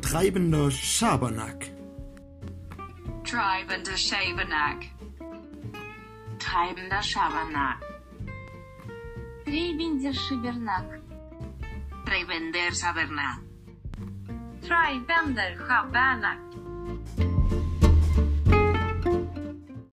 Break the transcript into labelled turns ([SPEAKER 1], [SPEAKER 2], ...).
[SPEAKER 1] treibender Schabernack.
[SPEAKER 2] Treibender Schabernack. Treibender Schabernack.
[SPEAKER 3] Treibender Schabernack.
[SPEAKER 2] Treibender Schabernack.
[SPEAKER 3] Treibender Schabernack.